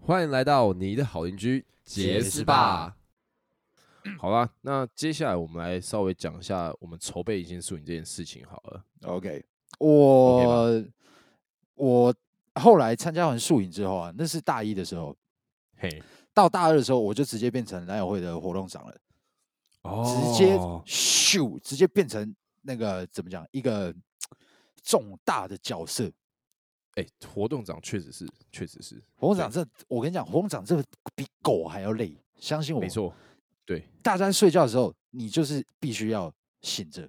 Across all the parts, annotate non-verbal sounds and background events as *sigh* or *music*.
欢迎来到你的好邻居杰斯霸。 *clears throat* 好啦，那接下来我们来稍微讲一下我们筹备迎新宿营这件事情好了。 OK，我我后来参加完宿营之后啊，那是大一的时候，嘿，到大二的时候我就直接变成篮友会的活动长了，哦直接咻，直接变成那个怎么讲一个重大的角色。哎、活动长确实是，确实是，活动长这，我跟你讲，活动长这比狗还要累，相信我。没，错，对，大家睡觉的时候，你就是必须要醒着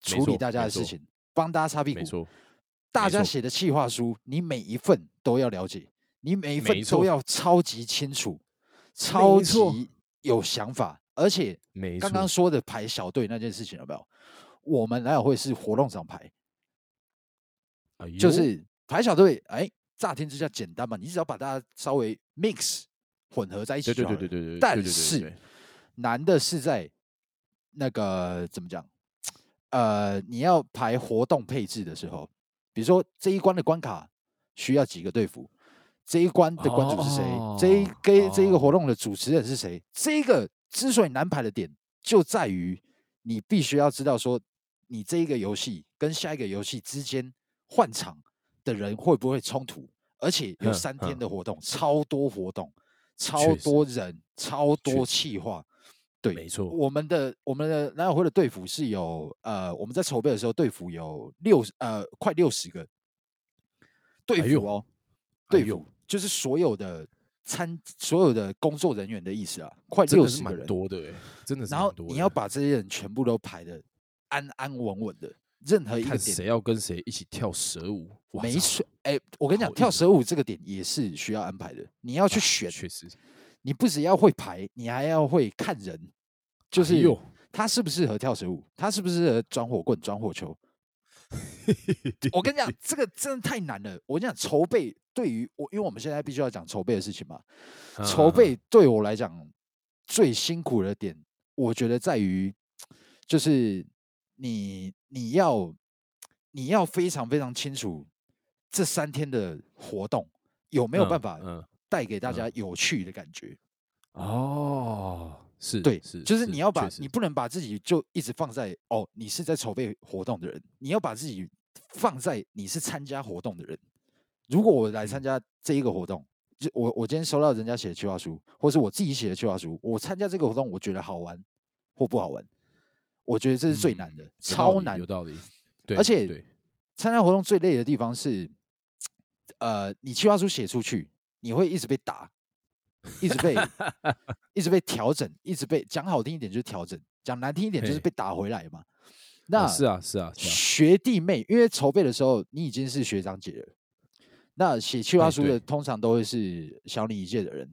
处理错大家没的事错情，帮大家擦屁没股，错，大没家错写的企划书，你每一份都要了解，你每一份没都错要超级清楚，超错级有想法。而且没错。刚刚说的排小队那件事情有没有？我们篮友会是活动上排，哎呦就是排小队。哎，乍听之下简单嘛，你只要把大家稍微 mix 混合在一起对对就好了。对对对对，但对对对是对难的是在那个怎么讲？呃，你要排活动配置的时候，比如说这一关的关卡需要几个队服，这一关的关主是谁，这一哦跟这一个活动的主持人是谁，这个之所以难排的点就在于你必须要知道说，你这一个游戏跟下一个游戏之间换场的人会不会冲突，而且有哼三哼天的活动，超多活动，超确实多人，超确多实气话。对，没错我们的我们的篮友会的队服是有呃，我们在筹备的时候，队服有六十呃快六十个哎队呦服哦，哎队呦服就是所有的参所有的工作人员的意思啊，快真六的是十个蛮人，多的哎，真的是然后蛮多的。你要把这些人全部都排的安安稳稳的，任何一个看点谁要跟谁一起跳蛇舞，哇没操错，哎、我跟你讲，好跳硬哦啊蛇舞这个点也是需要安排的，你要去选，确实你不只要会排，你还要会看人，就哎是 *laughs* 呦他适不适合跳水舞，他适不适合转火棍、转 *laughs* 火球。我跟你讲，这个真的太难了。我跟你讲，筹备对于我，因为我们现在必须要讲筹备的事情嘛，嗯筹 *laughs* 嗯嗯备对我来讲最辛苦的点，我觉得在于就是你你要你要非常非常清楚这三天的活动有没有办嗯法嗯带给大嗯家有趣的感觉。哦，是对，是，就是你要把确实你不能把自己就一直放在哦，你是在筹备活动的人，你要把自己放在你是参加活动的人。如果我嗯来参加这一个活动，就我我今天收到人家写的计划书，或是我自己写的计划书，我参加这个活动，我觉得好玩或不好玩，我觉得这是最难嗯的，有道超理难有。道理。对，而且对参加活动最累的地方是，呃，你计划书写出去，你会一直被打，一直 *laughs* 被一直被调整，一直被讲好听一点就是调整，讲难听一点就是嘿被打回来嘛。啊那是啊是啊是啊，学弟妹，因为筹备的时候你已经是学长姐了，那写计划哎书的对通常都会是小你一届的人，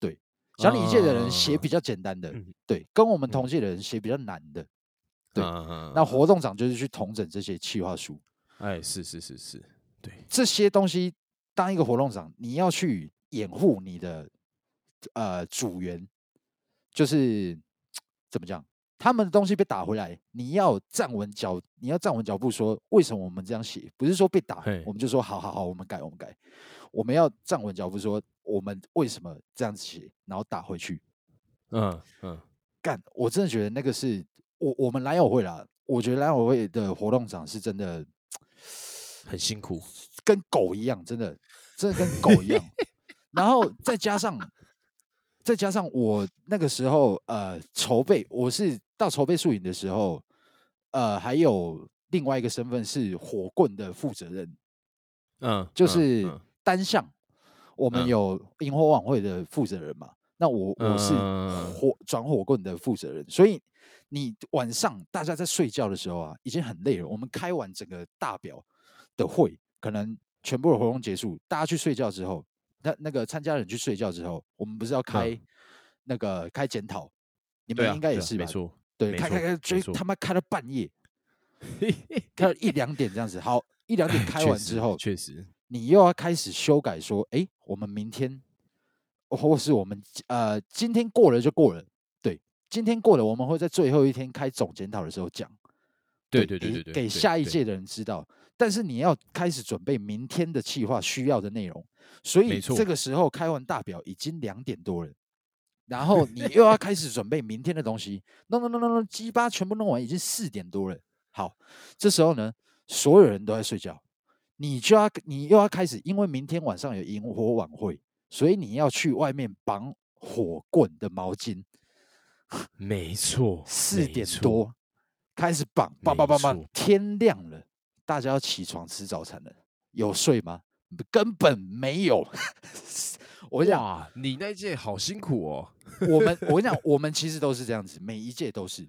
对，小你一届的人写啊比较简单的，嗯对，跟我们嗯同届的人写比较难的。对嗯那活动长就是去统整这些计划书，哎是是是是，对，这些东西，当一个活动长，你要去掩护你的呃组员，就是怎么讲，他们的东西被打回来，你要站稳脚，你要站稳脚步说为什么我们这样写，不是说被打嘿，我们就说好好好，我们改我们改，我们要站稳脚步说我们为什么这样子写，然后打回去。嗯嗯干，我真的觉得那个是我我们篮友会啦，我觉得篮友会的活动长是真的。很辛苦，跟狗一样，真的，真的跟狗一样。然后再加上，再加上我那个时候呃筹备，我是到筹备宿营的时候，呃，还有另外一个身份是火棍的负责人，嗯就嗯是嗯单项。我嗯们有萤火晚会的负责人嘛，那我我是嗯火转火棍的负责人，所以你晚上大家在睡觉的时候啊，已经很累了。我们开完整个大表的会，可能全部的活动结束，大家去睡觉之后，那那个参加人去睡觉之后，我们不是要开、那个开检讨，你嗯对们啊应该也对啊是没？ *laughs* 吧错，对，没开错开开，没追错他妈开到半夜，开到一两点这样子。好，一两 *laughs* 点开确完实之后，确实你又要开始修改，说，哎，我们明天，或是我们呃今天过了就过了，对，今天过了，我们会在最后一天开总检讨的时候讲，对对对对对对给对下一对届的人知道。但是你要开始准备明天的企划需要的内容，所以没错这个时候开完大表已经两点多了，然后你又要开始准备明天的东西，弄弄弄弄弄，鸡巴全部弄完已经四点多了。好，这时候呢，所有人都在睡觉，你就要你又要开始，因为明天晚上有萤火晚会，所以你要去外面绑火棍的毛巾，没错，四没点错，多开始绑，绑绑没绑绑错，天亮了，大家要起床吃早餐了，有睡吗？根本没有。 *laughs* 我跟你讲，哇，你那一届好辛苦哦，*laughs* 我们我跟你讲，我们其实都是这样子，每一届都是，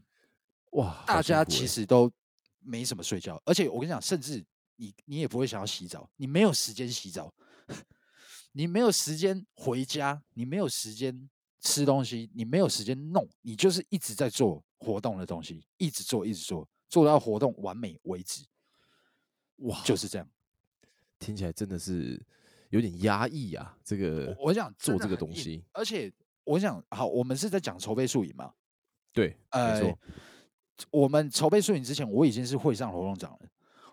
哇，大好辛家苦其欸实都没什么睡觉，而且我跟你讲，甚至你你也不会想要洗澡，你没有时间洗澡， *laughs* 你没有时间回家，你没有时间吃东西，你没有时间弄，你就是一直在做活动的东西，一直做，一直做，做到活动完美为止，哇，就是这样。听起来真的是有点压抑啊，这个我我想做这个东，西，而且我想，好，我们是在讲筹备术语嘛，对，没呃错，，我们筹备摄影之前，我已经是会上活动长了。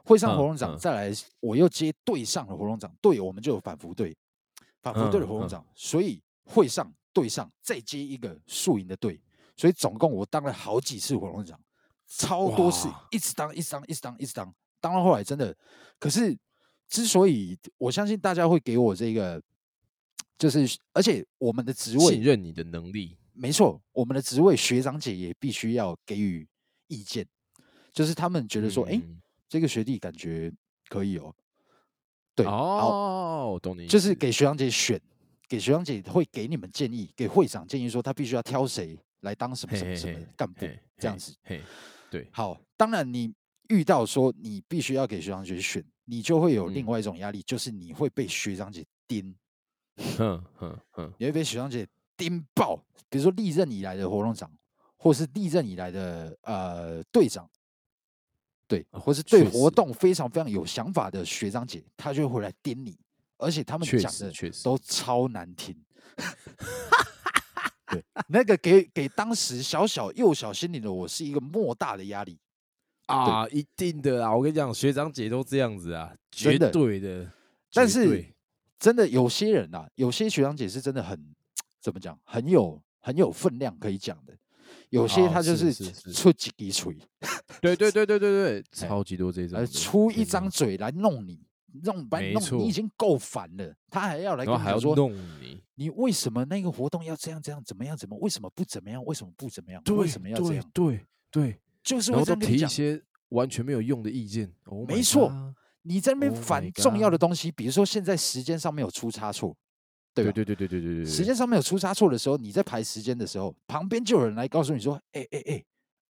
会上活嗯动长，嗯再来是我又接对上的活动长，对我们就有反复对，反复对的嗯活嗯动长，所以会上对上再接一个宿营的队，所以总共我当了好几次活动长，超多次哇，一直当，一直当，一直当，一直当，当到后来真的，可是之所以我相信大家会给我这个，就是而且我们的职位信任你的能力，没错，我们的职位学长姐也必须要给予意见，就是他们觉觉得说，哎、这个学弟感觉可以哦，对，好，哦，我懂你意思，就是给学长姐选，给学长姐会给你们建议，给会长建议说他必须要挑谁来当什么嘿什么嘿什么嘿干部嘿这样嘿子。嘿，对，好，当然你遇到说你必须要给学长姐选，你就会有另嗯外一种压力，就是你会被学长姐盯，哼哼哼，你会被学长姐盯爆。比如说历任以来的活动长，或是历任以来的呃队长，对，哦或是对确活实动非常非常有想法的学长姐，她就会回来盯你，而且他们确讲实的确实都超难听。对，那个给给当时小小幼小心灵的我是一个莫大的压力。啊，一定的啦，我跟你讲，学长姐都这样子啊，绝真的对的，但绝是对真的有些人啊，有些学长姐是真的很怎么讲，很有很有分量可以讲的。有些哦他就是是是是出几滴锤，对对对对对对，哎超级多这种的，呃，出一天张哪，嘴来弄你，弄把你没弄，你已错经够烦了，他还要来然跟后你还讲要说，弄你，你为什么那个活动要这样这样，怎么样怎么样，为什么不怎么样，为什么不怎么样，为什么要这对样，对对，就是然会后这都样跟提你一讲。些完全没有用的意见。Oh 没 my 错 god，你在那边 Oh my 烦重要的 god 东西，比如说现在时间上面有出差错，对吧对？对对对对对对，时间上面有出差错的时候，你在排时间的时候，旁边就有人来告诉你说：“哎哎哎，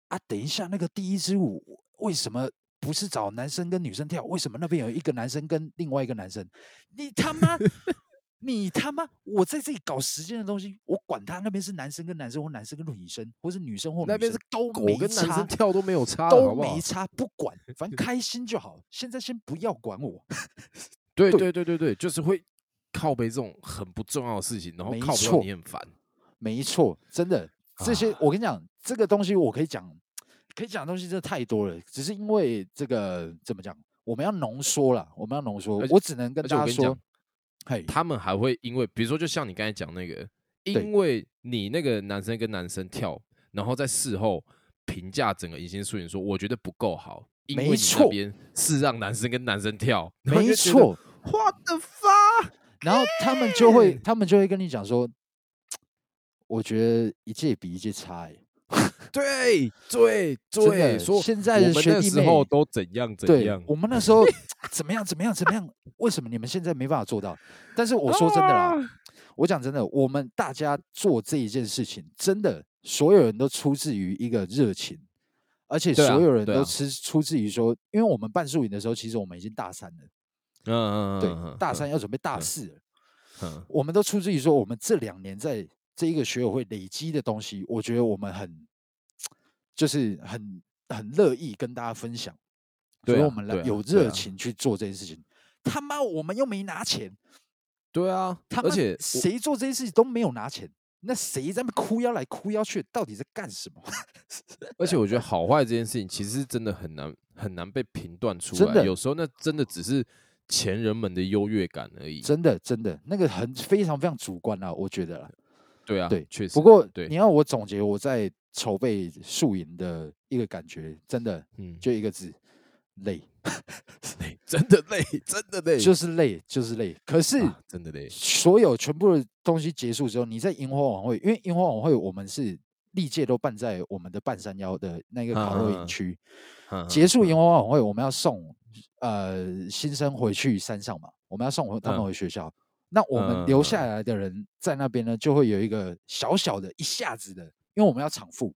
啊，等一下，那个第一支舞为什么不是找男生跟女生跳？为什么那边有一个男生跟另外一个男生？你 *laughs* 他妈，你他妈，我在这里搞时间的东西，我管他那边是男生跟男生，或男生跟女生，或是女生或那女边生是都狗没跟男差生跳都没有差了，都好不好没？差，不管，*laughs* 反正开心就好。现在先不要管我。”对对对对对对，就是会靠背这种很不重要的事情，然后没靠背到错你很烦。没错，真的，这些、啊我跟你讲，这个东西我可以讲，可以讲的东西真的太多了。只是因为这个怎么讲，我们要浓缩了，我们要浓缩而。且我只能跟而且我大家跟你讲说，嘿，他们还会因为，比如说，就像你刚才讲那个，对因为你那个男生跟男生跳，然后在事后评价整个迎新素影说，我觉得不够好，因为没你错那边是让男生跟男生跳， *laughs* 然后你没就觉得错。 ，What the fuck？然后他们就会，他们就会跟你讲说，我觉得一届比一届差、欸。对对真对，的说现在我的们学那弟时妹候都怎样怎对样，我们那 *laughs* 时候怎么样怎么样怎么样？为什么你们现在没办法做到？但是我说真的啦，啊我讲真的，我们大家做这一件事情，真的所有人都出自于一个热情，而且对啊所有人对都啊吃、出自于说，因为我们办宿营的时候，其实我们已经大三了，嗯嗯嗯，对，嗯大嗯三要准备大嗯四了，嗯我们都出自于说，我们这两年在这一个学委会累积的东西，我觉得我们很就是很很乐意跟大家分享，所对以啊我们来对啊有对热啊情去做这件事情。他妈，我们又没拿钱，对啊，他而们且我谁做这些事情都没有拿钱，那谁在那边哭腰来哭腰去，到底在干什么？ *laughs* 而且我觉得好坏这件事情，其实是真的很难很难被评断出真来。的有时候那真的只是前人们的优越感而已。真的真的，那个很非常非常主观啊，我觉得啦。对啊，对确实。不过对你，要我总结我在筹备宿营的一个感觉，真的嗯，就一个字，累，累， *laughs* 真的累，真的累，就是累，就是累。可是啊真的累。所有全部的东西结束之后，你在萤火晚会，因为萤火晚会我们是历届都办在我们的半山腰的那个烤肉嗯嗯嗯营区，哼结束哼萤火晚会，我们要送呃新生回去山上嘛，我们要送回他们嗯回学校。那我们留下来的人在那边呢，就会有一个小小的、一下子的，因为我们要偿付，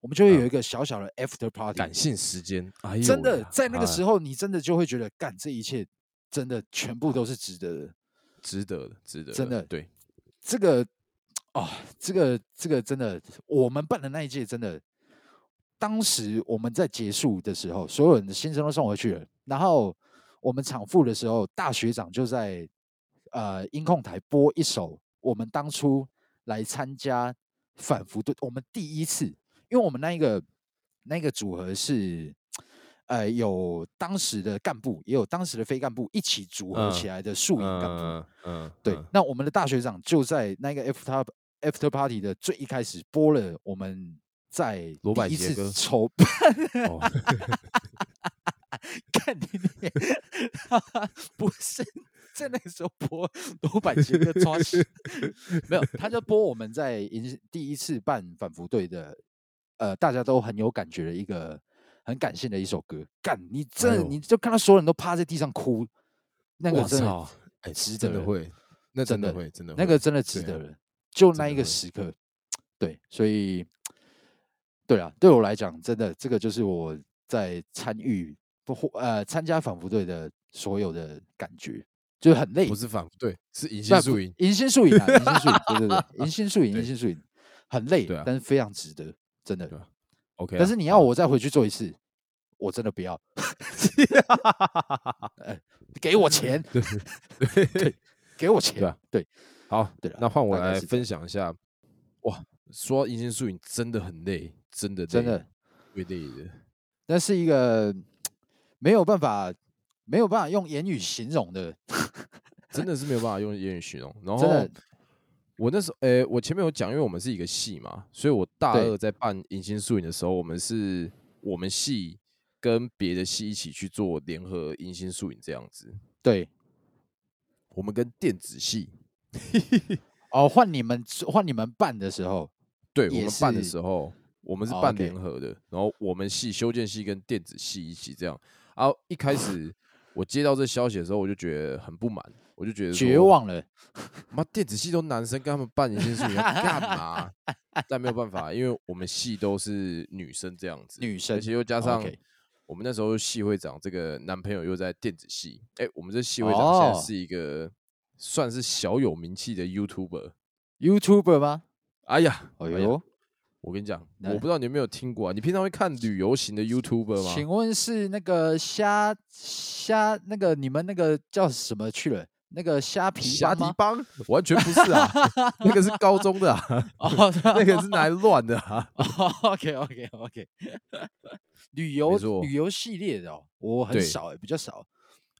我们就会有嗯一个小小的 after party。感性时间，哎呦真喂的啊在那个哎时候，你真的就会觉得，干这一切真的全部都是值得的。值得的，值得，真的对，这个啊、这个这个真的，我们办的那一届真的，当时我们在结束的时候，所有人的新生都送回去了。然后我们场复的时候，大学长就在呃音控台播一首我们当初来参加反复队，我们第一次，因为我们那一个那个组合是。呃，有当时的干部，也有当时的非干部一起组合嗯起来的宿营干部，嗯嗯，对嗯，那我们的大学长就在那个 after after party 的最一开始播了我们在罗百第一吉的歌次筹哦看你脸， *laughs* 不是在那个时候播罗百吉的歌抓戏，没有，他就播我们在迎第一次办反服队的，呃，大家都很有感觉的一个很感性的一首歌。干，你真的、哎呦你就看到所有人都趴在地上哭，那个我真的操，哎，值真得的会，那真真的的会，真的那会个真的值对啊得了，就真那的一个会嗯时刻，对，所以，对啊，对我来讲，真的这个就是我在参与不或呃参加反服队的所有的感觉，就是很累不，是反对，是迎那新不宿营，迎新宿营啊，迎新宿营，对对 *laughs* 对，迎新宿营，对迎新宿营，很累，对啊但是非常值得，真的对。啊，OK 啊。但是你要我再回去做一次，我真的 *laughs* 不要， *laughs* 呃给我钱，对 *laughs* 对给我钱，啊对好，对了，那换我大概来是这分享一下。哇，说到迎新宿营真的很累，真的真累的，会累的。那是一个没有办法、没有办法用言语形容的，真的是没有办法用言语形容。然真后的我那时候，诶、我前面有讲，因为我们是一个系嘛，所以我大对二在办迎新宿营的时候，我们是我们系跟别的系一起去做联合迎新宿营这样子。对。我们跟电子系，哦，换你们换你们办的时候，对我也们办的是时候，我们是哦办，OK 联合的，然后我们系修建系跟电子系一起这样。然后一开始我接到这消息的时候，我就觉得很不满，我就觉得绝说望了。妈，电子系都男生，跟他们办一件事情要干嘛？但没有办法，因为我们系都是女生这样子，女而生且又加哦上，OK 我们那时候系会长这个男朋友又在电子系，哎、我们这系会长现在哦是一个算是小有名气的 YouTuber。 YouTuber 吗？哎呀，哎呀呦，我跟你讲，那我不知道你有没有听过啊？你平常会看旅游型的 YouTuber 吗？请问是那个虾虾那个你们那个叫什么去了？那个虾皮虾班皮吗？帮完全不是啊， *laughs* 那个是高中的、啊，哦，那个是拿来乱的啊。 OK OK OK，旅游错旅游系列的哦，我很对少欸，比较少。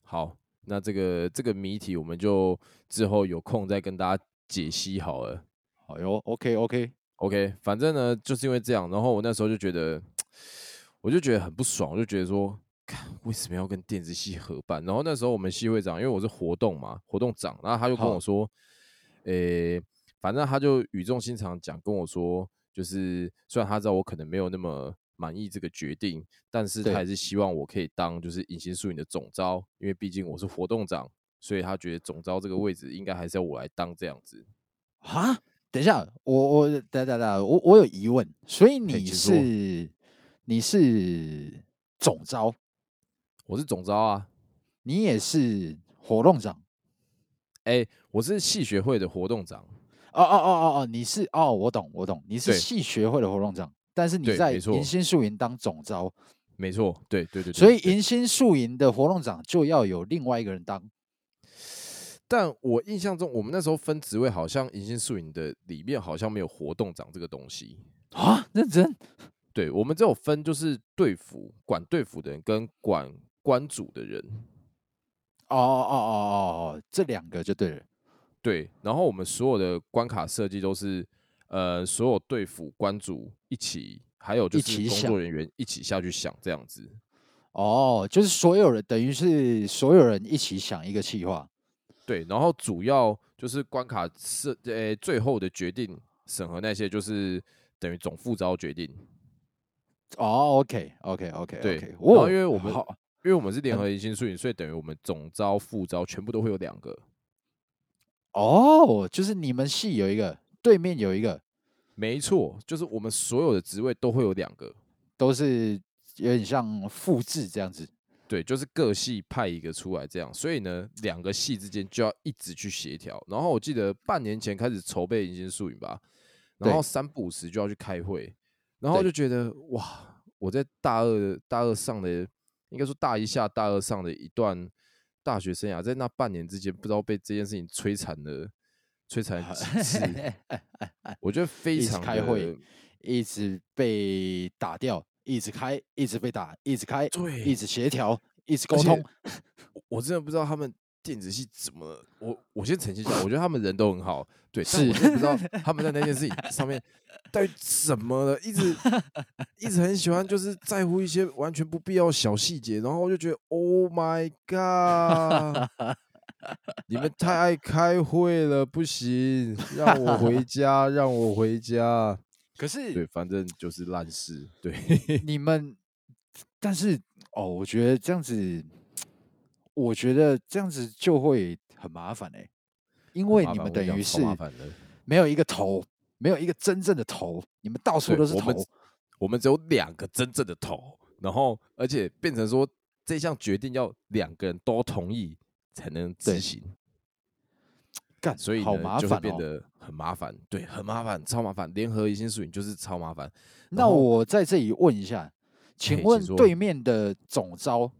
好，那这个这个谜题，我们就之后有空再跟大家解析好了。哎呦，OK OK， OK，反正呢，就是因为这样，然后我那时候就觉得，我就觉得很不爽，我就觉得说，看为什么要跟电子系合办？然后那时候我们系会长，因为我是活动嘛，活动长，然后他就跟好我说，诶、反正他就语重心长地讲跟我说，就是虽然他知道我可能没有那么满意这个决定，但是他对还是希望我可以当就是隐形术语的总招，因为毕竟我是活动长，所以他觉得总招这个位置应该还是要我来当这样子。啊，等一下，我我等等等，我我有疑问，所以嘿你哎请说是你是总招，我是总招啊，你也是活动长，哎、我是系学会的活动长，哦哦哦哦哦，你是哦，我懂我懂，你是对系学会的活动长，但是你对在没错迎新宿营当总招，没错，对对对对所以对迎新宿营的活动长就要有另外一个人当，但我印象中，我们那时候分职位，好像银杏树影的里面好像没有活动长这个东西。啊，认真对我们只有分就是队服管队服的人跟管关主的人，哦哦哦哦哦，这两个就对了。对，然后我们所有的关卡设计都是，呃，所有队服、关主一起，还有就一是起工想作人员一起下去想这样子。哦，就是所有人等于是所有人一起想一个计划。对，然后主要就是关卡设，呃，最后的决定审核那些就是等于总副招决定，哦，OK OK OK 对 OK，然后哦，因为我们好因为我们是联嗯合银杏树影，所以等于我们总招、副招全部都会有两个，哦，就是你们系有一个，对面有一个，没错，就是我们所有的职位都会有两个，都是有点像复制这样子。对，就是各系派一个出来这样，所以呢，两个系之间就要一直去协调。然后我记得半年前开始筹备银杏树影吧，然对后三不五时就要去开会，然后就对觉得哇，我在大二的大二上的，应该说大一下大二上的一段大学生涯，在那半年之间，不知道被这件事情摧残了，摧残了几 *laughs* 次，我觉得非一直常开会的一直被打掉，一直开，一直被打，一直开，对一直协调，一直而沟且通。我我真的不知道他们电子系怎么了。我我先澄清一下，我觉得他们人都很好，对，但我是真的不知道他们在那件事情上面到底怎么了，一 *laughs* 直一直很喜欢就是在乎一些完全不必要的小细节，然后我就觉得 Oh my *laughs* God，你们太爱开会了，不行，让我 *laughs* 回家，让我回家。可对，是反正就是烂事，对。你们，但是哦，我觉得这样子，我觉得这样子就会很麻烦哎、因为麻你烦们我跟等于你讲是超麻烦的，没有一个头，没有一个真正的头，你们到处对都是我们头。我们只有两个真正的头，然后而且变成说这项决定要两个人都同意才能执对行，干，所以好呢麻就会烦变哦。得很麻烦，对，很麻烦，超麻烦。联合一心树影就是超麻烦。然那后我在这里问一下，嘿请请问说对面的总招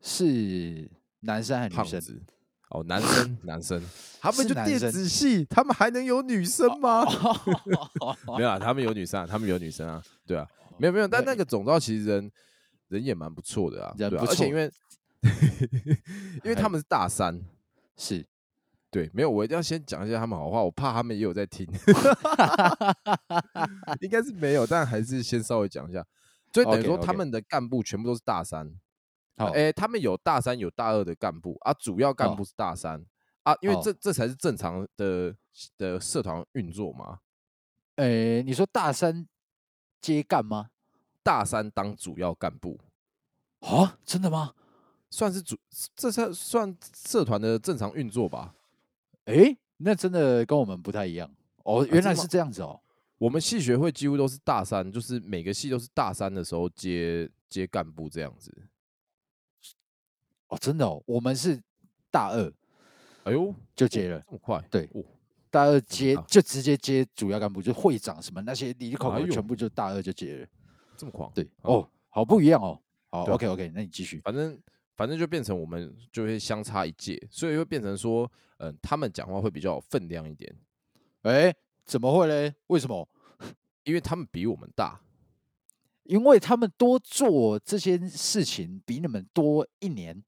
是男生还是胖女生？子哦，男生男生， *laughs* 他们是就男电生子系，他们还能有女生吗？ *laughs* 没哦有啊，他们有女生、啊，他们有女生啊，对啊，没有没有，但那对个总招其实人人也蛮不错的啊，人对啊不而且错因为 *laughs* 因为他嘿们是大三，是，对，没有，我一定要先讲一下他们好话，我怕他们也有在 *laughs* 听，应该是没有，但还是先稍微讲一下。所以等于说， OK，OK 他们的干部全部都是大三，好，诶，他们有大三有大二的干部啊，主要干哦部是大三、啊，因为哦这这才是正常的的社团运作嘛。诶，你说大三接干吗？大三当主要干部，啊，真的吗？算是主，这算算社团的正常运作吧。诶，那真的跟我们不太一样哦，原啊真来的是吗这样子哦。我们系学会几乎都是大三，就是每个系都是大三的时候接接干部这样子。哦，真的哦，我们是大二哎呦，就接了，这么快？对哦，大二接大就直接接主要干部，就会长什么那些里里口啊哎口呦全部就大二就接了。这么狂？对，好哦，好不一样哦。好对啊，OK OK，那你继续。反正反正就变成我们就会相差一届，所以会变成说，嗯、他们讲话会比较有分量一点，诶，怎么会嘞？为什么？因为他们比我们大。因为他们多做这些事情比你们多一年，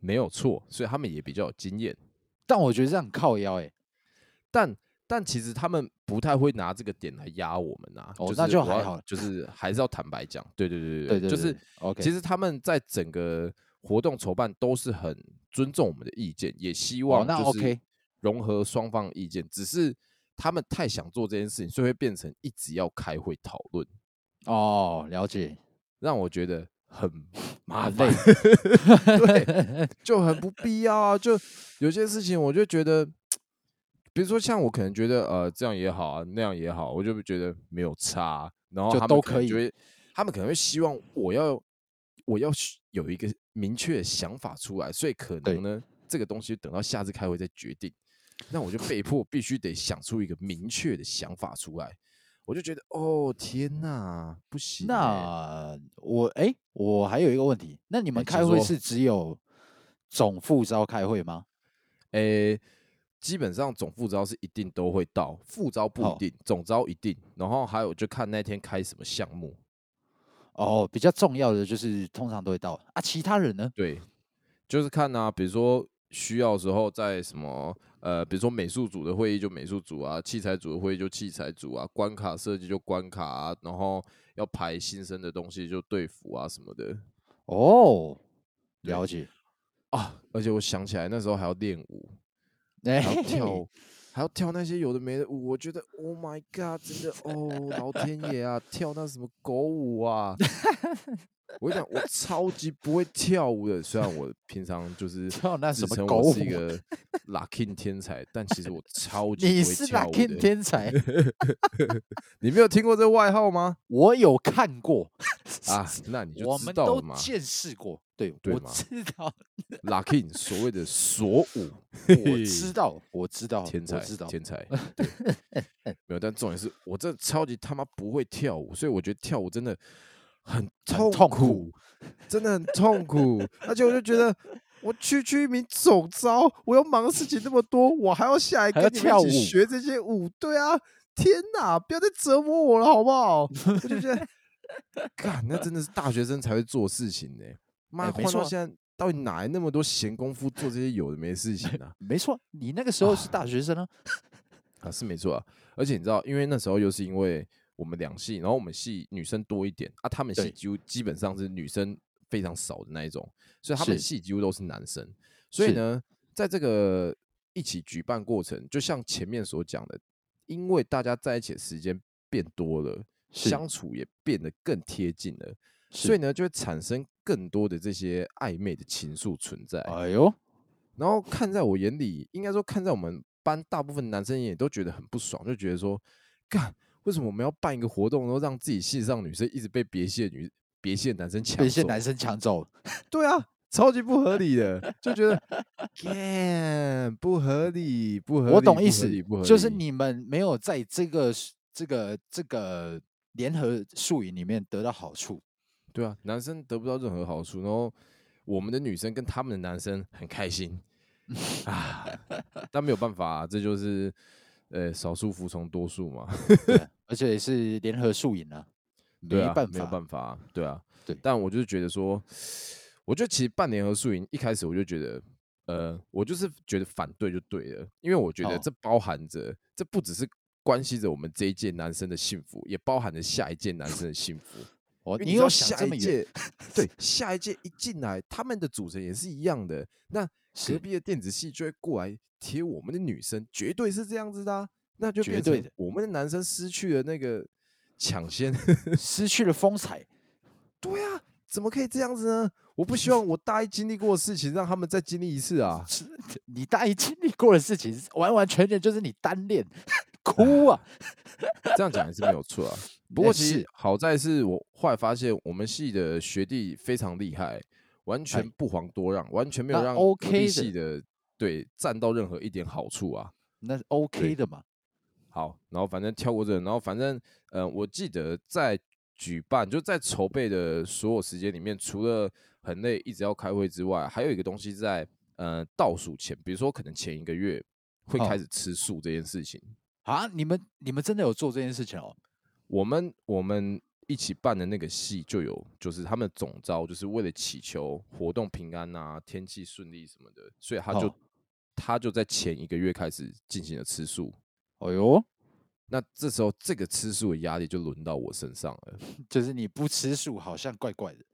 没有错，所以他们也比较有经验，但我觉得这样很靠腰诶。但但其实他们不太会拿这个点来压我们啊。哦就是那就我要还好就是还是要坦白讲，对对对对对，就对是对 OK。其实他们在整个活动筹办都是很尊重我们的意见，也希望哦那就是 OK 融合双方意见，只是他们太想做这件事情，所以会变成一直要开会讨论，哦，了解，让我觉得很麻很烦 *laughs* 累，对，就很不必要啊。就有些事情，我就觉得，比如说像我可能觉得呃这样也好啊，那样也好，我就觉得没有差啊，然后就他们都能可就以会他们可能会希望我要我要去有一个明确的想法出来，所以可对能呢，这个东西等到下次开会再决定。那我就被迫必须得想出一个明确的想法出来，我就觉得哦天哪，不行欸、那我哎、我还有一个问题，那你们哎请开会说是只有总副招开会吗？诶、基本上总副招是一定都会到，副招不一好定，总招一定。然后还有就看那天开什么项目。哦，比较重要的就是通常都会到啊，其他人呢？对，就是看啊，比如说需要的时候在什么呃，比如说美术组的会议就美术组啊，器材组的会议就器材组啊，关卡设计就关卡啊，然后要排新生的东西就队服啊什么的哦，对了解，啊。而且我想起来那时候还要练舞，哎、 *laughs* 还要跳舞，还要跳那些有的没的舞，我觉得 Oh my God，真的哦，老天爷啊，跳那什么狗舞 *laughs* 啊！我跟你讲，我超级不会跳舞的，虽然我平常就是 *laughs* 跳那自什么称狗我是一舞啊 *laughs* 个 lucky 天才，但其实我超级你不是会跳舞 lucky 的。*laughs* 天才，你没有听过这外号 *laughs* 吗？我有看过啊，那你就我知们道都了嘛。见识过，对，对我嘛知道， lucky 所谓 *laughs* 的锁舞，我知道，我知道，天才，我知道，天才，对没有。但重点是我真的超级他妈不会跳舞，所以我觉得跳舞真的很痛痛苦苦，真的很痛苦。而且我就觉得，我区区一名总招，我要忙的事情那么多，我还要下来还跟要你跳们一舞起学这些舞，对啊，天哪，不要再折磨我了，好不好？我就觉得，干，那真的是大学生才会做事情呢、妈，哎换没到错啊现在，到底哪来那么多闲工夫做这些有的没的事情啊？没错，你那个时候是大学生啊，啊，是没错啊。而且你知道，因为那时候又是因为我们两系，然后我们系女生多一点啊，他们系对几乎基本上是女生非常少的那一种，所以他们是系几乎都是男生。所以是呢，在这个一起举办过程，就像前面所讲的，因为大家在一起的时间变多了，是相处也变得更贴近了，所是以，呢，就会产生更多的这些暧昧的情愫存在。哎呦，然后看在我眼里，应该说看在我们班大部分男生眼里都觉得很不爽，就觉得说，干为什么我们要办一个活动，然后让自己系上女生一直被别系的女别系的 *laughs* 男生抢走？被一些男生抢走，对啊，超级不合理的，就 *laughs* 觉得干不合理，不合理，我懂不意合思理不合，理就是你们没有在这个这个这个联合术语里面得到好处，对啊，男生得不到任何好处，然后我们的女生跟他们的男生很开 *laughs* 心啊，但没有办法啊、这就是呃少数服从多数嘛。对啊而且是联合输赢啊，对啊，办没有法，办法啊，对啊，对但我就是觉得说，我觉得其实办联合宿营一开始我就觉得，呃，我就是觉得反对就对了，因为我觉得哦这包含着，这不只是关系着我们这一届男生的幸福，也包含着下一届男生的幸福。哦，因为你知道有想下这么一远，届，对，下一届一进来，他们的组成也是一样的，那隔是 *laughs* 壁的电子系就会过来贴我们的女生，绝对是这样子的啊、那就绝变对成的我们的男生失去了那个抢先。失去了风采，对啊，怎么可以这样子呢？我不希望我大一经历过的事情让他们再经历一次啊！是你大一经历过的事情，完完全全就是你单恋， *laughs* 哭啊！这样讲也是没有错 *laughs* 啊。不过哎其实是好在是我后来发现，我们系的学弟非常厉害，完全哎不遑多让，完全没有那让 OK 隔壁的系的对占到任何一点好处啊。那是 OK 的嘛，好，然后反正跳过这个，然后反正呃，我记得在举办就在筹备的所有时间里面，除了很累一直要开会之外，还有一个东西在呃倒数前，比如说可能前一个月会开哦始吃素这件事情。啊，你们你们真的有做这件事情哦？我们我们一起办的那个戏就有，就是他们总招就是为了祈求活动平安啊、天气顺利什么的，所以他就、哦他就在前一个月开始进行了吃素。哎呦，那这时候这个吃素的压力就轮到我身上了。就是你不吃素好像怪怪的，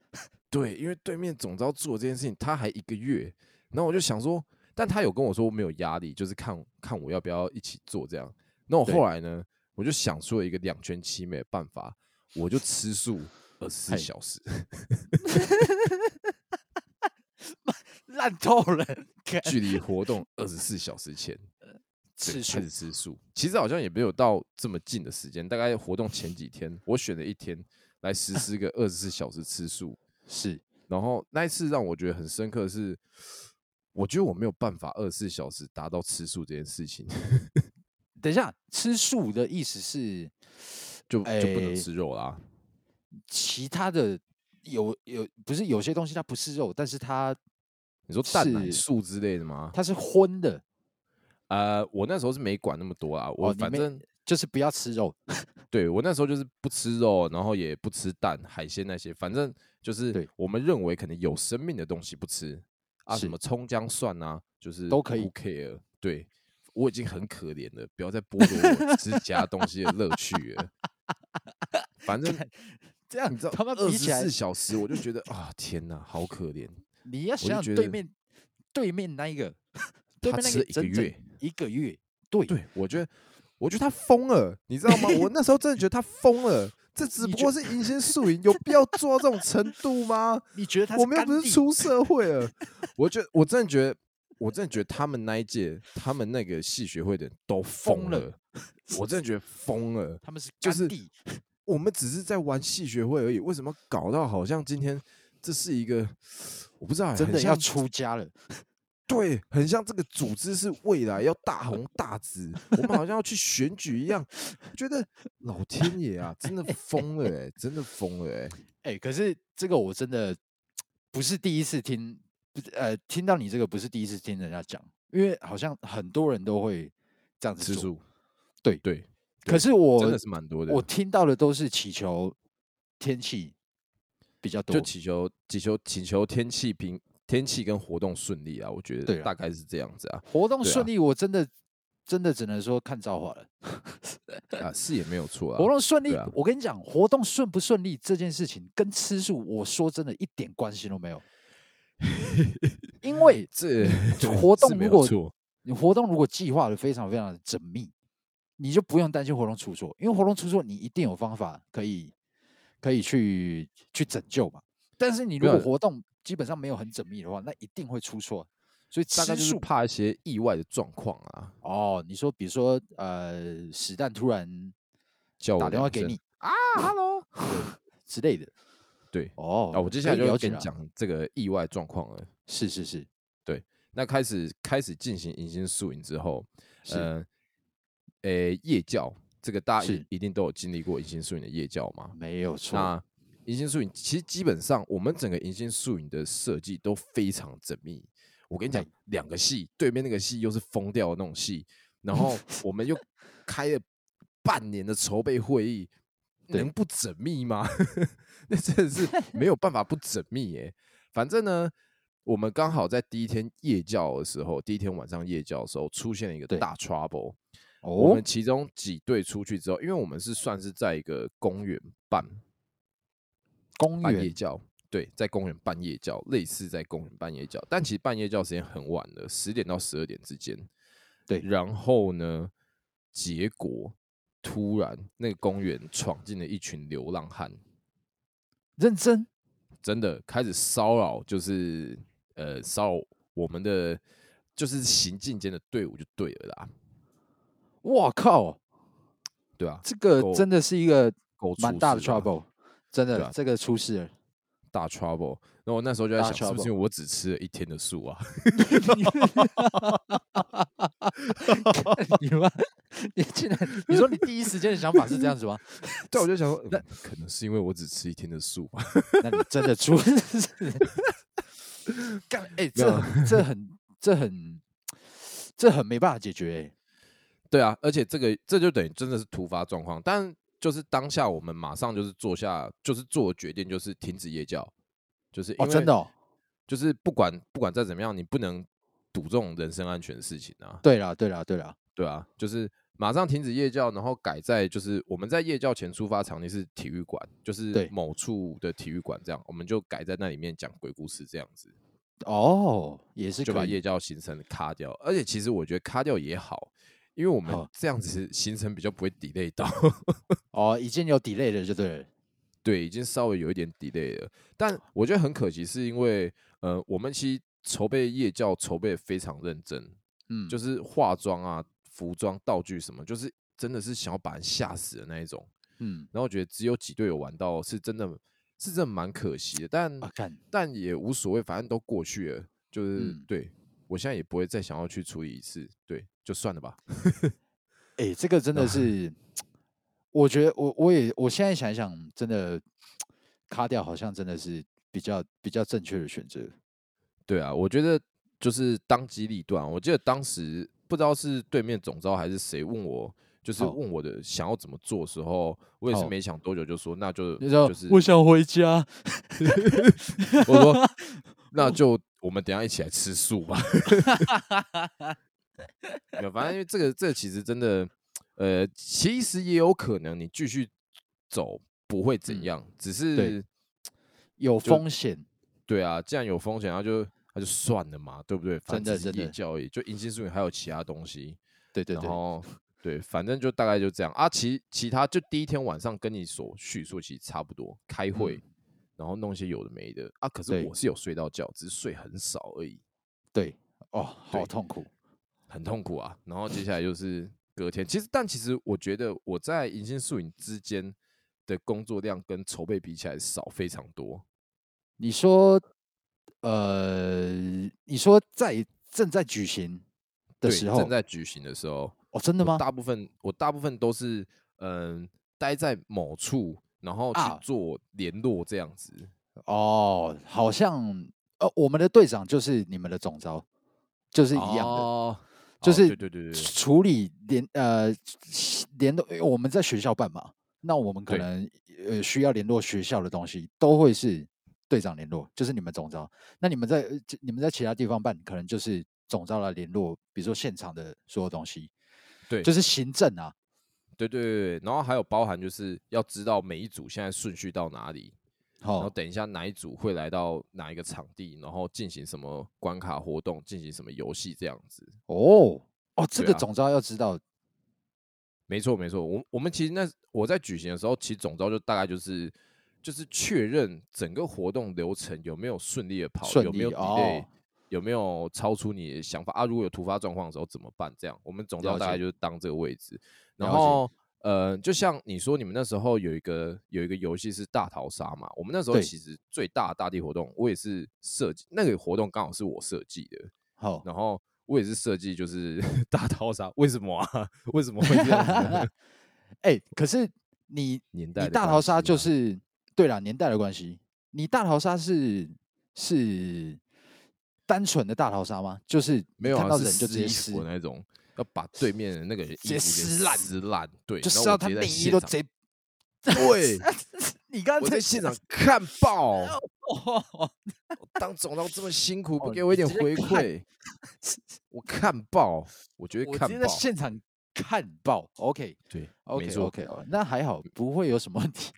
对，因为对面总招做这件事情，他还一个月，然后我就想说，但他有跟我说没有压力，就是看看我要不要一起做这样。那我对后来呢，我就想出了一个两全其美的办法，我就吃素二十四嘿小时，烂透了，干距离活 *laughs* 动二十四小时前对吃素开始吃素。其实好像也没有到这么近的时间，大概活动前几天，我选了一天来实施个二十四小时吃素。是然后那一次让我觉得很深刻的是，我觉得我没有办法二十四小时达到吃素这件事情， *laughs* 等一下，吃素的意思是就就不能哎吃肉啦。其他的有有不是有些东西它不是肉，但是它你说蛋奶是素之类的吗？它是荤的呃，我那时候是没管那么多啊，我哦你反没正就是不要吃肉，对我那时候就是不吃肉，然后也不吃蛋、海鲜那些，反正就是对我们认为可能有生命的东西不吃啊，什是么葱姜蒜啊，就是都可以 Who care？对我已经很可怜了，不要再剥夺我吃其他东西的乐趣了。反 *laughs* 正这样你知道，他们二十比起来四，小时，我就觉得啊，天哪，好可怜！你要就想觉想对得面对面那一个，对他面那吃了一个整整月，一个月，对，对我觉得，我觉得他疯了，你知道吗？我那时候真的觉得他疯了，这只你不觉过是银杏树影，有必要做到这种程度吗？你觉得他我们又不甘是地出 *laughs* 社会了，我觉得我真的觉得，我真的觉得他们那一届，他们那个系学会的人都疯疯了了，我真的觉得疯了。他们是就甘是地我们只是在玩系学会而已，为什么搞到好像今天这是一个我不知道欸，真很的要像出家了，对，很像这个组织是未来要大红大紫，我们好像要去选举一样。我觉得老天爷啊，真的疯了哎、真的疯了哎、哎、可是这个我真的不是第一次听，不是呃，听到你这个不是第一次听人家讲，因为好像很多人都会这样子吃做。素，对对，可是我真的是蛮多的。我听到的都是祈求天气比较多就，祈求祈求祈求天气平天气跟活动顺利啊，我觉对得啊大概是这样子 *laughs* 啊，活动对啊顺利，我真的真的只能说看造化了。啊是也没有错啊。活动顺利，对啊我跟你讲，活动顺不顺利这件事情跟吃素，我说真的一点关系都 *laughs* 没有，因为这 *laughs* 活是动没如有果错你活动如果计划的非常非常的缜密，你就不用担心活动出错，因为活动出错你一定有方法可以可以去去拯救嘛。但是你没如果有活动基本上没有很缜密的话，那一定会出错。所以吃大概就是素怕一些意外的状况啊，哦，你说比如说呃，史蛋突然叫我打电话哦两给声你啊，hello *laughs* 之类的对。哦。啊，我接下来可就以要了解跟你了，讲这个意外状况了。是是是那开始开始进行迎新宿营之后，是、呃，诶，夜教这个大家一是一定都有经历过迎新宿营的夜教嘛？没有错，那迎新宿营其实基本上我们整个迎新宿营的设计都非常缜密。我跟你讲对，两个系对面那个系又是疯掉的那种系，然 *laughs* 后我们又开了半年的筹备会议，对能不缜密吗？ *laughs* 那真的 *laughs* 是没有办法不缜密耶、反正呢，我们刚好在第一天夜教的时候，第一天晚上夜教的时候出现了一个对大 trouble。我哦们其中几队出去之后，因为我们是算是在一个公园办公半夜园教，对，在公园半夜教，类似在公园半夜教，但其实半夜教时间很晚了，十点到十二点之间。对然后呢，结果突然那个公园闯进了一群流浪汉，认真真的开始骚扰，就是呃骚扰我们的就是行进间的队伍就对了啦，哇靠，对啊，这个够真的是一个够蛮出大的事吧 trouble，真对的、啊这个出事了。大 trouble。然后我那时候就在大想，是不 trouble 是因为我只吃了一天的素啊？你们，你竟然你说你第一时间的想法是这样子吗？对，我就想 *laughs* 说，嗯可能是因为我只吃一天的素吧。那你真的出事？干哎、这很这很这很这很没办法解决、欸。对啊，而且这个这就等于真的是突发状况，但就是当下我们马上就是做下就是做决定，就是停止夜教，就是哦，因真为的、哦。就是不管不管再怎么样，你不能赌这种人身安全的事情啊，对啦，对啦，对啦，对啊，就是马上停止夜教，然后改在就是我们在夜教前出发场地是体育馆，就是对某处的体育馆这样，我们就改在那里面讲鬼故事这样子，哦，也是就把可以。夜教行程卡掉，而且其实我觉得卡掉也好。因为我们好这样子行程比较不会 delay 到，哦，已经有 delay 了，就对了。对，已经稍微有一点 delay 了。但我觉得很可惜，是因为呃，我们其实筹备夜教筹备得非常认真，嗯，就是是化妆啊、服装、道具什么，就是真的是想要把人吓死的那一种。嗯然后我觉得只有几队有玩到，是真的是真的蛮可惜的，但、啊，看但也无所谓，反正都过去了。就是、嗯对我现在也不会再想要去处理一次，对，就算了吧。哎、这个真的是，我觉得我我也我现在想一想，真的卡掉好像真的是比较比较正确的选择。对啊，我觉得就是当机立断。我记得当时不知道是对面总招还是谁问我，就是哦问我的想要怎么做的时候，我也是哦没想多久就说那就你说就是我想回家，我说 *laughs* 那就我们等一下一起来吃素吧。 *laughs* 没有，反正因为这个这个其实真的，呃，其实也有可能你继续走不会怎嗯样，只是有风险，对啊，既然有风险，然后就那就算了嘛，对不对？反真正的只真是业的教育，就银杏树还有其他东西，对对然对，后对，反正就大概就这样啊。其其他就第一天晚上跟你所叙述其实差不多，开会，嗯然后弄一些有的没的啊。可是对我是有睡到觉，只是睡很少而已，对，哦，好对痛苦，很痛苦啊。然后接下来就是隔天，其实但其实我觉得我在银杏树影之间的工作量跟筹备比起来少非常多。你说，呃，你说在正在举行的对时候正，在举行的时候，哦，真的我吗？大部分我大部分都是嗯、待在某处，然后去啊做联络这样子。哦，好像呃，我们的队长就是你们的总招，就是一样的，哦、就哦是对对对对，处理联呃联络，因为我们在学校办嘛，那我们可对能呃需要联络学校的东西，都会是队长联络，就是你们总招。那你们在呃这你们在其他地方办，可能就是总招来联络，比如说现场的所有东西，对就是行政啊，对对对对，然后还有包含就是要知道每一组现在顺序到哪里，然后好，等一下哪一组会来到哪一个场地，然后进行什么关卡活动，进行什么游戏这样子。哦哦，这对个啊总招要知道，没错没错，我我们其实那我在举行的时候，其实总招就大概就是就是确认整个活动流程有没有顺利的跑，顺有没有利 delay，、哦有没有超出你的想法啊？如果有突发状况的时候怎么办？这样我们总招了大概解就是当这个位置，然了解后。呃，就像你说，你们那时候有一个有一个游戏是大逃杀嘛？我们那时候对其实最大的大地活动，我也是设计那个活动，刚好是我设计的。好，然后我也是设计，就是 *laughs* 大逃杀，为什么啊？ *laughs* 为什么会这样子呢？哎、可是你年代你的大关逃杀系就啊是对啦，年代的关系。你大逃杀是是单纯的大逃杀吗？就是没你有看啊，到是人就直撕接衣撕服，的那种，要把对面的那个人接衣服撕烂撕烂，对，就然后撕我到他直接在内衣现都场 *laughs* 直接。对，你刚我刚在现场 *laughs* 看 *laughs* 爆，我哦，当总到这么辛苦，不哦给我一你点直接回看馈，我看爆，我觉得我看直接在爆，现场看爆。OK 对，没 OK 错 OK，哦那还好，不会有什么问 *laughs* 题。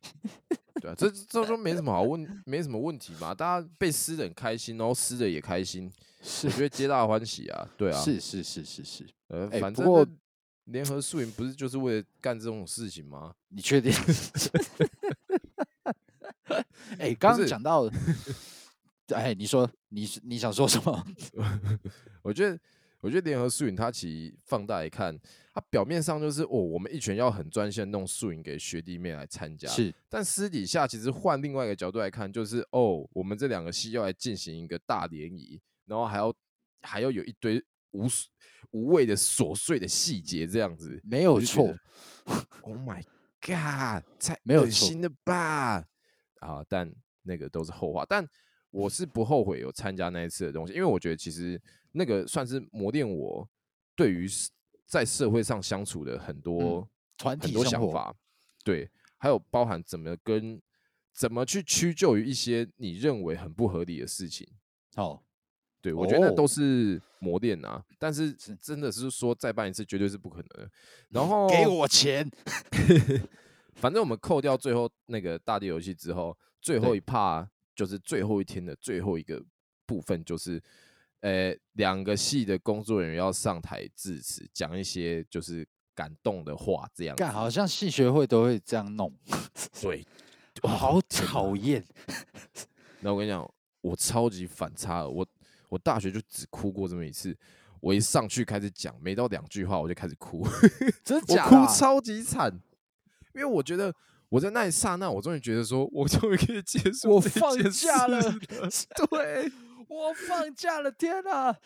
对啊，这这都没什么好问，没什么问题嘛，大家被撕的很开心，然后撕的也开心，是我觉得皆大欢喜啊，对啊，是是是是是，呃，哎反不正过那联合宿营不是就是为了干这种事情吗？你确定？ *laughs* 哎，刚刚是讲 *laughs* 到，哎，你说你是你想说什么？我觉得，我觉得联合宿营它其实放大来看，它表面上就是哦，我们一群要很专心地弄宿营给学弟妹来参加，是但私底下其实换另外一个角度来看，就是哦，我们这两个系要来进行一个大联谊，然后还要还要有一堆无 s- 无谓的琐碎的细节这样子。没我有就觉错得，Oh my god！太没有恶错心了吧？啊，但那个都是后话。但嗯我是不后悔有参加那一次的东西，因为我觉得其实那个算是磨练我对于 s- 在社会上相处的很多、嗯团很体多生想活法，对，还有包含怎么跟怎么去屈就于一些你认为很不合理的事情。哦，对，我觉得那哦都是磨练啊，但是是真的是说再办一次绝对是不可能的。然后 *laughs* 给我钱，反正我们扣掉最后那个大地游戏之后，最后对一趴就是最后一天的最后一个部分，就是呃两个系的工作人员要上台致辞，讲一些就是感动的话，这样子。干好像戏学会都会这样弄，对，我好讨厌。啊然后我跟你讲，我超级反差的，我我大学就只哭过这么一次。我一上去开始讲，没到两句话我就开始哭， *laughs* 真的我假的哭啊？超级惨，因为我觉得我在那一刹那，我终于觉得说，我终于可以结束我这放件事假了对，我放假了，天啊！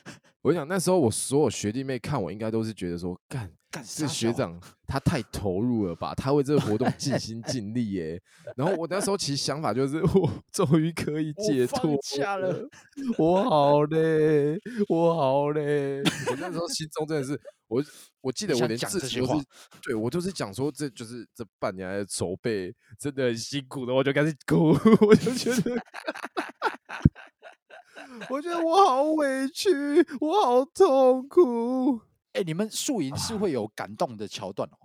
我想那时候我所有学弟妹看我，应该都是觉得说，干干这傻学小啊长他太投入了吧？他为这个活动尽心尽力耶、 *laughs* 然后我那时候其实想法就是， *laughs* 我终于可以我解放脱假了， *laughs* 我好累，我好累。 *laughs* 我那时候心中真的是，我我记你得我想连讲自这己些都话是，对我就是讲说，这就是这半年来的筹备真的很辛苦的，我就开始哭， *laughs* 我就觉得。我觉得我好委屈，我好痛苦。哎、你们宿营是会有感动的桥段哦，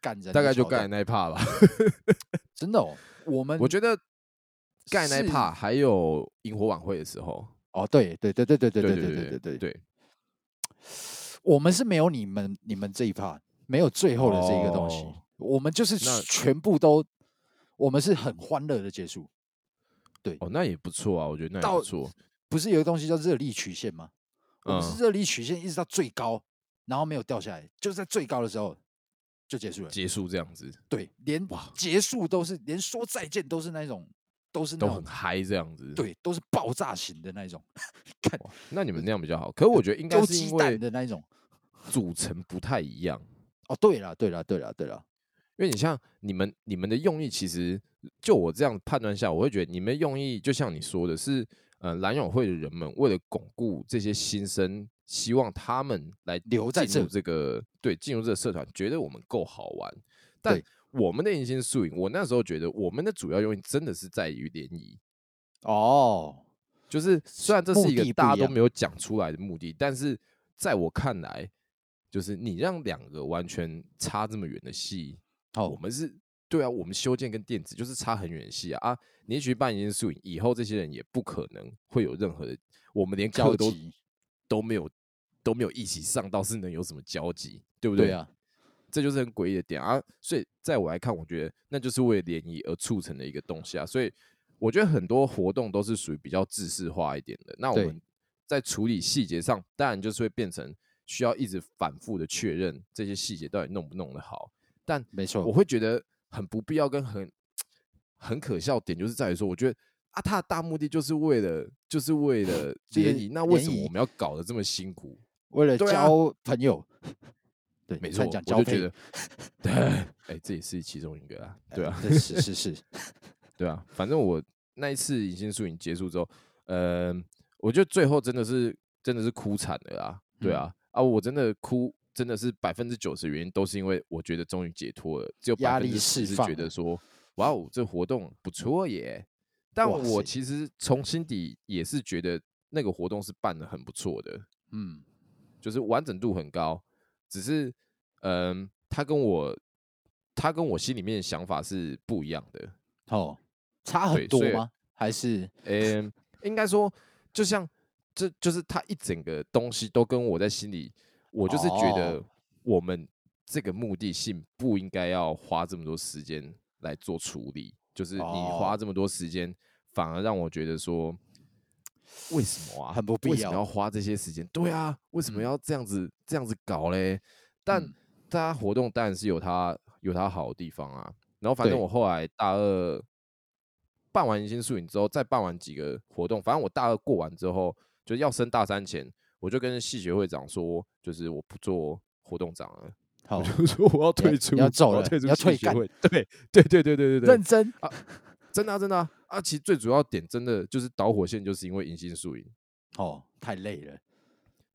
感人的大概就桥段盖那一趴吧。真的哦，我们我觉得盖那一是趴还有萤火晚会的时候，哦，对对对对对对对对对对对对对，对，我们是没有你们你们这一趴，没有最后的这一个东西，哦我们就是那全部都，我们是很欢乐的结束。哦，那也不错啊，我觉得那也到不错。不是有个东西叫热力曲线吗？我们嗯，是热力曲线一直到最高，然后没有掉下来，就是在最高的时候就结束了。结束这样子对，连哇结束都是连说再见都是那种，都是那都很种嗨，这样子。，对，都是爆炸型的那种，看那你们那样比较好。可是我觉得应该丢是因鸡蛋为的那一种。组成不太一样，哦，对了，对了，对了，对了，因为你像你们你们的用意，其实就我这样判断下，我会觉得你们用意就像你说的是，呃，蓝友会的人们为了巩固这些新生，希望他们来留在进入这，这个对进入这个社团，觉得我们够好玩。但对我们的迎新宿营，我那时候觉得我们的主要用意真的是在于联谊，哦，就是虽然这目是一个的不大一家都样没有讲出来的目的，但是在我看来，就是你让两个完全差这么远的戏，我好，们是对啊，我们修建跟电子就是差很远的戏啊啊！你也许办迎新宿营以后，这些人也不可能会有任何的，我们连交交流都集，都没有都没有一起上到，是能有什么交集，对不对啊，这就是很诡异的点啊。所以在我来看，我觉得那就是为了联谊而促成的一个东西啊。所以我觉得很多活动都是属于比较制式化一点的。那我对们在处理细节上，当然就是会变成需要一直反复的确认这些细节到底弄不弄得好。但没错我，会觉得很不必要跟很很可笑点，就是在于说，我觉得。啊，他的大目的就是为了，就是为了这联个谊。那为联什么谊我们要搞得这么辛苦？为了对啊交朋友，对，没差错，点我讲就交觉配得，，对， *laughs* 哎，这也是其中一个啊，对啊，对，是是是，对啊，反正我那一次迎新宿营结束之后，呃，我觉得最后真的是真的是哭惨了啦，对嗯啊，啊，我真的哭，真的是百分之九十原因都是因为我觉得终于解脱了，只有压百分力之十释是放觉得了说，哇哦，这活动不错耶，但哇我塞其实从心底也是觉得那个活动是办的很不错的，嗯，就是完整度很高，只是嗯，他跟我他跟我心里面的想法是不一样的。哦，差 *laughs* 对很多所以吗？还是嗯、 *laughs* 应该说，就像这就是他一整个东西都跟我在心里，我就是觉得哦我们这个目的性不应该要花这么多时间来做处理，就是你花哦这么多时间，反而让我觉得说。为什么啊？很不必为什么要要花这些时间？对啊，为什么嗯要这样子、这样子搞嘞？但嗯它活动当然是有它有它好的地方啊。然后反正对我后来大二办完迎新宿营之后，再办完几个活动，反正我大二过完之后，就要升大三前，我就跟系学会长说，就是我不做活动长了，好我就 *laughs* 说我要你要退出，你要走我了退出你要系退学干会。对对对对对对对认，真？真的啊真的啊啊！其实最主要点真的就是导火线，就是因为迎新宿营。哦，太累了，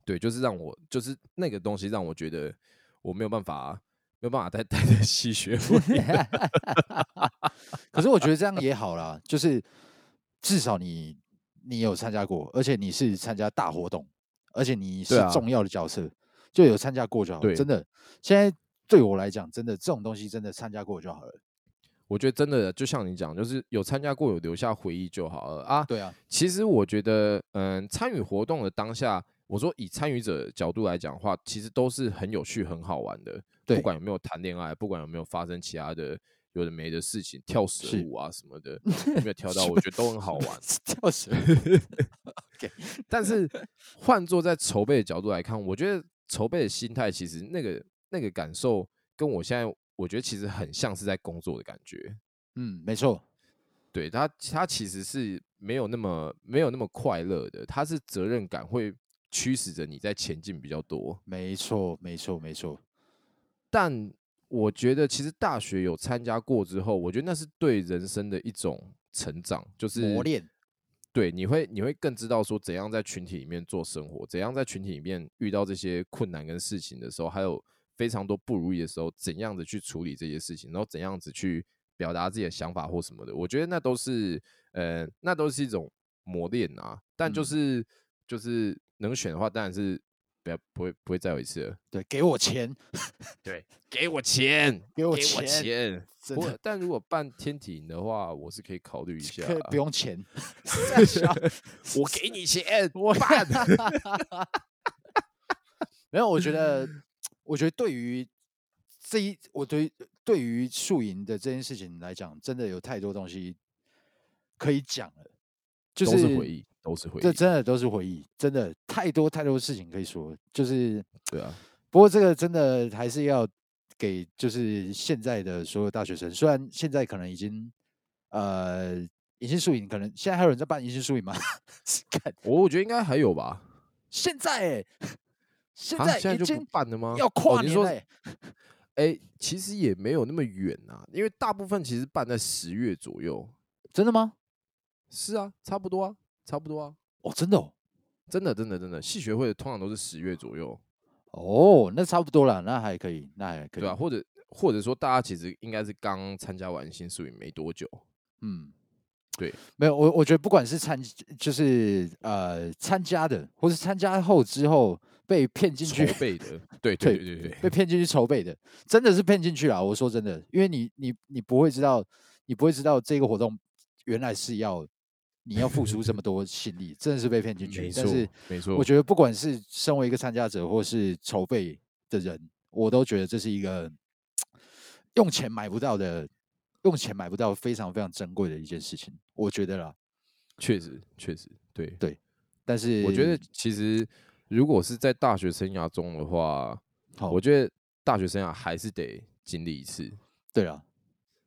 对，就是让我就是那个东西让我觉得我没有办法，啊没有办法再待在戏学会。 *laughs* 可是我觉得这样也好啦，就是至少你你有参加过，而且你是参加大活动，而且你对是啊重要的角色，就有参加过就好了。对真的，现在对我来讲，真的这种东西真的参加过就好了。我觉得真的就像你讲，就是有参加过，有留下回忆就好了啊。 *laughs* 对啊，其实我觉得，嗯，参与活动的当下，我说以参与者角度来讲的话，其实都是很有趣、很好玩的。对不管有没有谈恋爱，不管有没有发生其他的有的没的事情，跳蛇是舞啊什么 *laughs* 的，有没有跳到，我觉得都很好玩。跳绳 *laughs* 但是换做在筹备的角度来看，我觉得筹备的心态其实那个那个感受，跟我现在我觉得其实很像是在工作的感觉。嗯，没错，对他，他其实是没有那么没有那么快乐的，他是责任感会驱使着你在前进比较多。没错，没错，没错。但我觉得其实大学有参加过之后，我觉得那是对人生的一种成长，就是磨练，对，你会你会更知道说怎样在群体里面做生活，怎样在群体里面遇到这些困难跟事情的时候，还有非常多不如意的时候，怎样子去处理这些事情，然后怎样子去表达自己的想法或什么的。我觉得那都是呃，那都是一种磨练啊。但就嗯是、就是能选的话，当然是不要不会不会再有一次了。对，给我钱，对，给我钱，给给我我钱，钱。真不的过但如果办天体营的话，我是可以考虑一下可以啊。不用钱，三小我给你 *laughs* 钱，我办。没有，我觉得，嗯我觉得对于这一，我对对于宿营的这件事情来讲，真的有太多东西可以讲了，就都是回忆，都是回忆。啊这真的都是回忆，真的太多太多事情可以说，就是对啊，不过这个真的还是要给就是现在的所有大学生，虽然现在可能已经呃迎新宿营，可能现在还有人在办迎新宿营吗？ *laughs* 看我我觉得应该还有吧。现在、欸， *laughs* 现啊在现在已就不经办了吗？要哦跨你年说了、是欸哎、其实也没有那么远啊，因为大部分其实办在十月左右。真的吗？是啊，差不多啊，差不多啊，哦，真的哦，真的真的真的，系学会通常都是十月左右，哦，那差不多了，那还可以，那还可以，对啊，或者或者说大家其实应该是刚参加完新宿营没多久，嗯，对，没有，我我觉得不管是参，就是呃参加的，或是参加后之后被骗进筹去， *laughs* 备的，对对对对对被对，骗进去筹备的，真的是骗进去了。我说真的，因为你你你不会知道，你不会知道这个活动原来是要你要付出这么多心力，真的是被骗进去没。错但是没错，我觉得不管是身为一个参加者，或是筹备的人，我都觉得这是一个用钱买不到的，用钱买不到非常非常珍贵的一件事情，我觉得啦。确实确实对但是我觉得其实如果是在大学生涯中的话，好，我觉得大学生涯还是得经历一次，对了，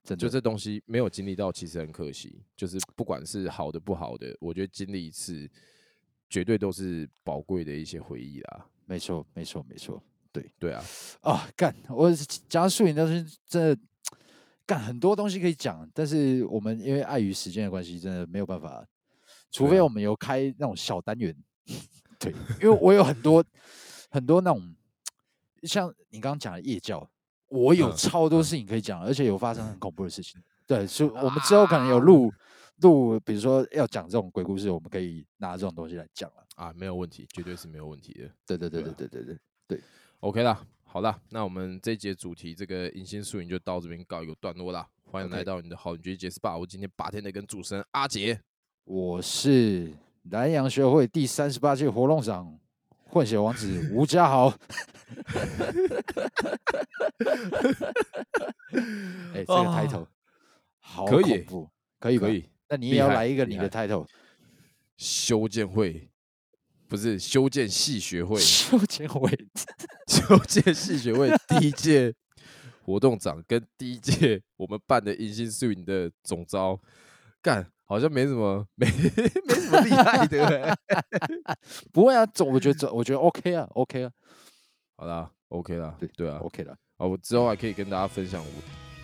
真的就这东西没有经历到，其实很可惜。就是不管是好的不好的，我觉得经历一次，绝对都是宝贵的一些回忆啦。没错，没错，没错。对啊，啊，干！我是讲到素影，但是真的干很多东西可以讲，但是我们因为碍于时间的关系，真的没有办法，除对非啊我们有开那种小单元。 *laughs* 对，因为我有很多很多那种，像你刚刚讲的夜教，我有嗯超多嗯事情可以讲，而且有发生很恐怖的事情。对，所以我们之后可能有录录，比如说要讲这种鬼故事，我们可以拿这种东西来讲了。啊，没有问题，绝对是没有问题的。对对对对对啊对对对， OK 啦，好啦，那我们这一节主题这个迎新宿营就到这边告一个段落啦。欢迎 OK 来到你的好邻居杰斯霸，我今天八天的跟主持人阿杰，我是南洋学会第三十八届活动长混血 *laughs* 王子吴家豪。哎、这个啊 title 好可恐以怖，可以吧可？以那你厉也要害来一个厉你的 title，修建会。不是修建系学会，邱建伟。 *laughs* 修建系学会第一届活动长跟第一届我们办的迎新宿营的总招，干好像没什么没没什么厉害的欸、 *laughs* 不会啊，总我觉得总我觉得 OK 啊，OK 啊好啦，OK 啦，对对啊， ，OK 了。啊，我之后还可以跟大家分享我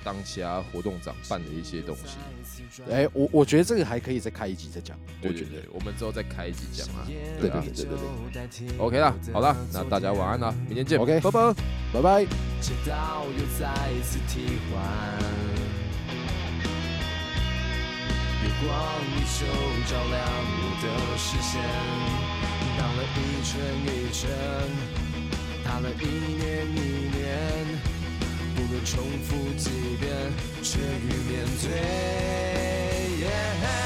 当其他活动长办的一些东西。哎、我我觉得这个还可以再开一集再讲，对对我觉得对，我们之后再开一集讲啊。对啊对对对对对， OK 啦，好啦，那大家晚安啦，明天见 OK 拜拜。拜拜。街道又再一次替换。月光依旧照亮我的视线，荡了一圈一圈，踏了一年一年，不论重复几遍，却已面对。Yeah